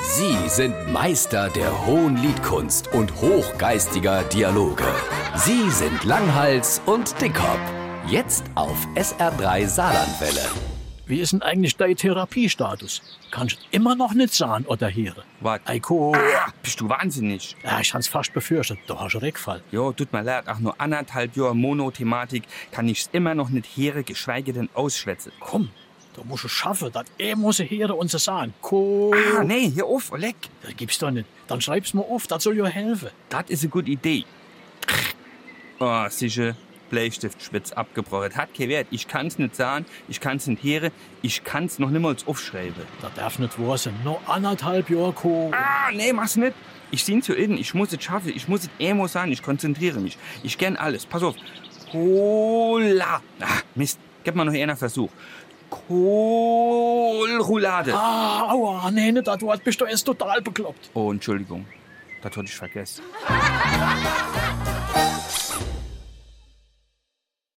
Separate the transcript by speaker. Speaker 1: Sie sind Meister der hohen Liedkunst und hochgeistiger Dialoge. Sie sind Langhals und Dickhop. Jetzt auf SR3 Saarlandwelle.
Speaker 2: Wie ist denn eigentlich dein Therapiestatus? Kannst immer noch nicht sagen, oder hier?
Speaker 3: Was?
Speaker 2: Eiko,
Speaker 3: Ah, bist du wahnsinnig?
Speaker 2: ja, ich hab's fast befürchtet, da hast du Rückfall.
Speaker 3: Jo, tut mir leid, ach nur anderthalb Jahre Monothematik kann ich's immer noch nicht here, geschweige denn ausschwätzen.
Speaker 2: Komm, da musst du schaffen, das eh muss ich hier und so sagen. Ko,
Speaker 3: Ah, nee, hier auf, leck.
Speaker 2: das gibt's doch nicht. Dann schreib's mir auf, das soll ja helfen.
Speaker 3: Das ist eine gute Idee. Oh, sicher, Bleistiftspitz abgebrochen. Hat keinen Wert. Ich kann's nicht sagen, ich kann's nicht here, ich kann's noch niemals aufschreiben.
Speaker 2: Da darf nicht wahr sein. Noch anderthalb Jahre, Ko.
Speaker 3: Ah, nee, mach's nicht. Ich seh's zu innen, ich muss es schaffen, ich muss es emo sein, ich konzentriere mich. Ich kenn alles, pass auf. Cola. Ach, Mist, gib mal noch einen Versuch. Kohlroulade.
Speaker 2: Ah, aua, nee, nicht das Wort, bist du erst total bekloppt.
Speaker 3: Oh, Entschuldigung. Das hatte ich vergessen.